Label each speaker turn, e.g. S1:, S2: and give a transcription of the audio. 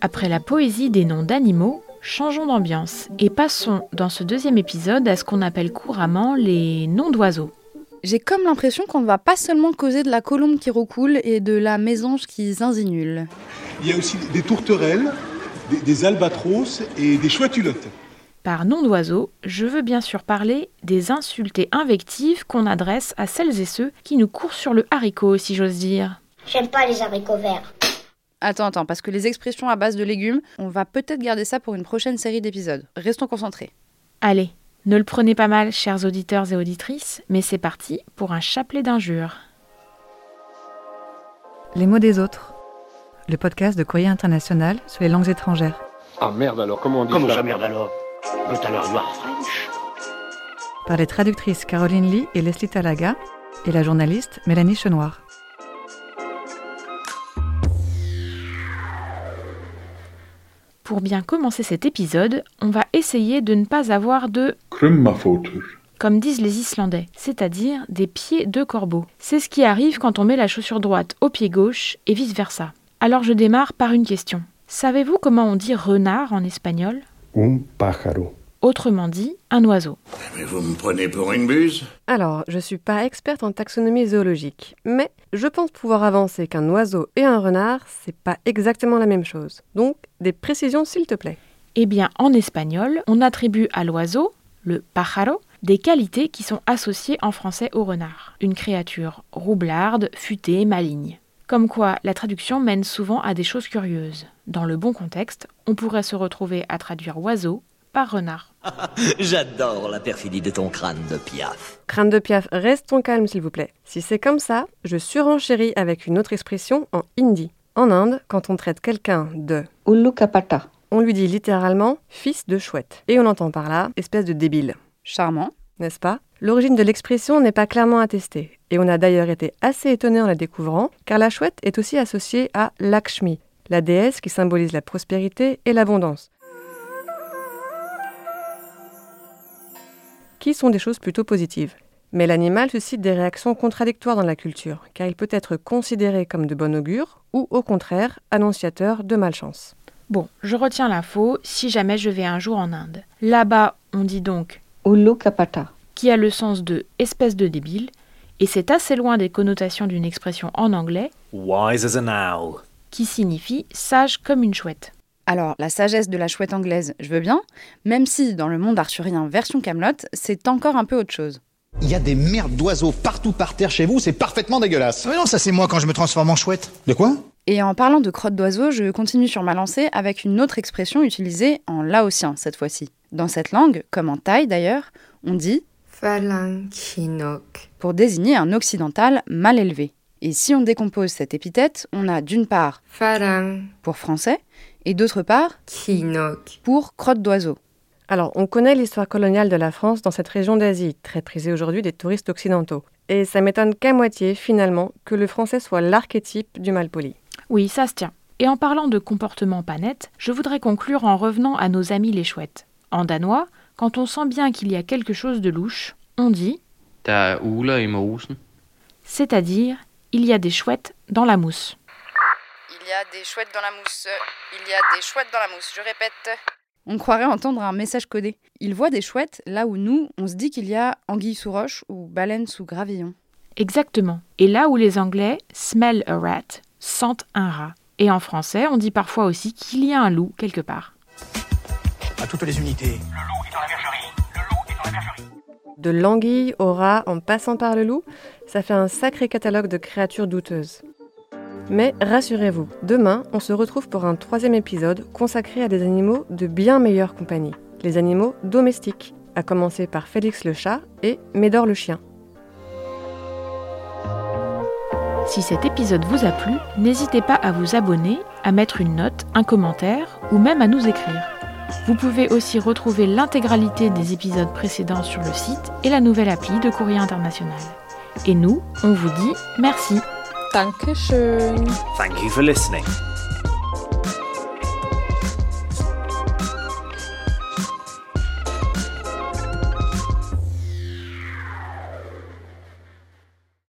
S1: Après la poésie des noms d'animaux, changeons d'ambiance et passons dans ce deuxième épisode à ce qu'on appelle couramment les noms d'oiseaux.
S2: J'ai comme l'impression qu'on ne va pas seulement causer de la colombe qui roucoule et de la mésange qui zinzinule.
S3: Il y a aussi des tourterelles, des, des albatros et des chouatulottes.
S1: Par nom d'oiseau, je veux bien sûr parler des insultes et invectives qu'on adresse à celles et ceux qui nous courent sur le haricot, si j'ose dire.
S4: J'aime pas les haricots verts.
S2: Attends, attends, parce que les expressions à base de légumes, on va peut-être garder ça pour une prochaine série d'épisodes. Restons concentrés.
S1: Allez, ne le prenez pas mal, chers auditeurs et auditrices, mais c'est parti pour un chapelet d'injures.
S5: Les mots des autres. Le podcast de Courrier International sur les langues étrangères.
S6: Ah merde alors, comment on dit
S7: Comment
S6: ça
S7: ça merde alors Tout à l'heure, you are French.
S5: Par les traductrices Caroline Lee et Leslie Talaga et la journaliste Mélanie Chenoir.
S1: Pour bien commencer cet épisode, on va essayer de ne pas avoir de
S8: Krummafotur.
S1: comme disent les Islandais, c'est-à-dire des pieds de corbeau. C'est ce qui arrive quand on met la chaussure droite au pied gauche et vice-versa. Alors je démarre par une question. Savez-vous comment on dit renard en espagnol
S9: Un pájaro.
S1: Autrement dit, un oiseau.
S7: Mais vous me prenez pour une buse
S10: Alors, je suis pas experte en taxonomie zoologique, mais je pense pouvoir avancer qu'un oiseau et un renard, c'est pas exactement la même chose. Donc, des précisions s'il te plaît.
S1: Eh bien, en espagnol, on attribue à l'oiseau, le pájaro, des qualités qui sont associées en français au renard, une créature roublarde, futée, maligne. Comme quoi, la traduction mène souvent à des choses curieuses. Dans le bon contexte, on pourrait se retrouver à traduire oiseau par renard.
S11: J'adore la perfidie de ton crâne de piaf.
S10: Crâne de piaf, restons calmes s'il vous plaît. Si c'est comme ça, je surenchéris avec une autre expression en hindi. En Inde, quand on traite quelqu'un de,
S12: Ullu Kapata.
S10: on lui dit littéralement fils de chouette. Et on entend par là espèce de débile,
S2: Charmant.
S10: n'est-ce pas L'origine de l'expression n'est pas clairement attestée. Et on a d'ailleurs été assez étonné en la découvrant, car la chouette est aussi associée à Lakshmi, la déesse qui symbolise la prospérité et l'abondance. qui sont des choses plutôt positives. Mais l'animal suscite des réactions contradictoires dans la culture, car il peut être considéré comme de bon augure ou au contraire annonciateur de malchance.
S1: Bon, je retiens l'info si jamais je vais un jour en Inde. Là-bas, on dit donc
S12: Ullu Kapata.
S1: qui a le sens de espèce de débile, et c'est assez loin des connotations d'une expression en anglais
S11: Wise as an owl.
S1: qui signifie sage comme une chouette.
S2: Alors, la sagesse de la chouette anglaise, je veux bien, même si dans le monde arthurien version Camelot, c'est encore un peu autre chose.
S13: Il y a des merdes d'oiseaux partout par terre chez vous, c'est parfaitement dégueulasse.
S7: Mais non, ça c'est moi quand je me transforme en chouette.
S13: De quoi
S2: Et en parlant de crotte d'oiseau, je continue sur ma lancée avec une autre expression utilisée en laotien cette fois-ci. Dans cette langue, comme en thaï d'ailleurs, on dit
S14: Phalanxinok.
S2: pour désigner un occidental mal élevé. Et si on décompose cette épithète, on a d'une part pour français et d'autre part
S14: Phalanxinok.
S2: pour crotte d'oiseau.
S10: Alors, on connaît l'histoire coloniale de la France dans cette région d'Asie, très prisée aujourd'hui des touristes occidentaux. Et ça m'étonne qu'à moitié, finalement, que le français soit l'archétype du malpoli.
S1: Oui, ça se tient. Et en parlant de comportement pas net, je voudrais conclure en revenant à nos amis les chouettes. En danois, quand on sent bien qu'il y a quelque chose de louche, on dit,
S6: T'as Oula et Morusen.
S1: c'est-à-dire il y a des chouettes dans la mousse.
S2: Il y a des chouettes dans la mousse. Il y a des chouettes dans la mousse, je répète. On croirait entendre un message codé. Il voit des chouettes là où nous, on se dit qu'il y a anguille sous roche ou baleine sous gravillon.
S1: Exactement. Et là où les Anglais smell a rat, sentent un rat. Et en français, on dit parfois aussi qu'il y a un loup quelque part.
S7: À toutes les unités.
S10: De l'anguille au rat en passant par le loup, ça fait un sacré catalogue de créatures douteuses. Mais rassurez-vous, demain, on se retrouve pour un troisième épisode consacré à des animaux de bien meilleure compagnie, les animaux domestiques, à commencer par Félix le chat et Médor le chien.
S1: Si cet épisode vous a plu, n'hésitez pas à vous abonner, à mettre une note, un commentaire ou même à nous écrire. Vous pouvez aussi retrouver l'intégralité des épisodes précédents sur le site et la nouvelle appli de Courrier International. Et nous, on vous dit merci.
S12: Dankeschön.
S11: Thank you for listening.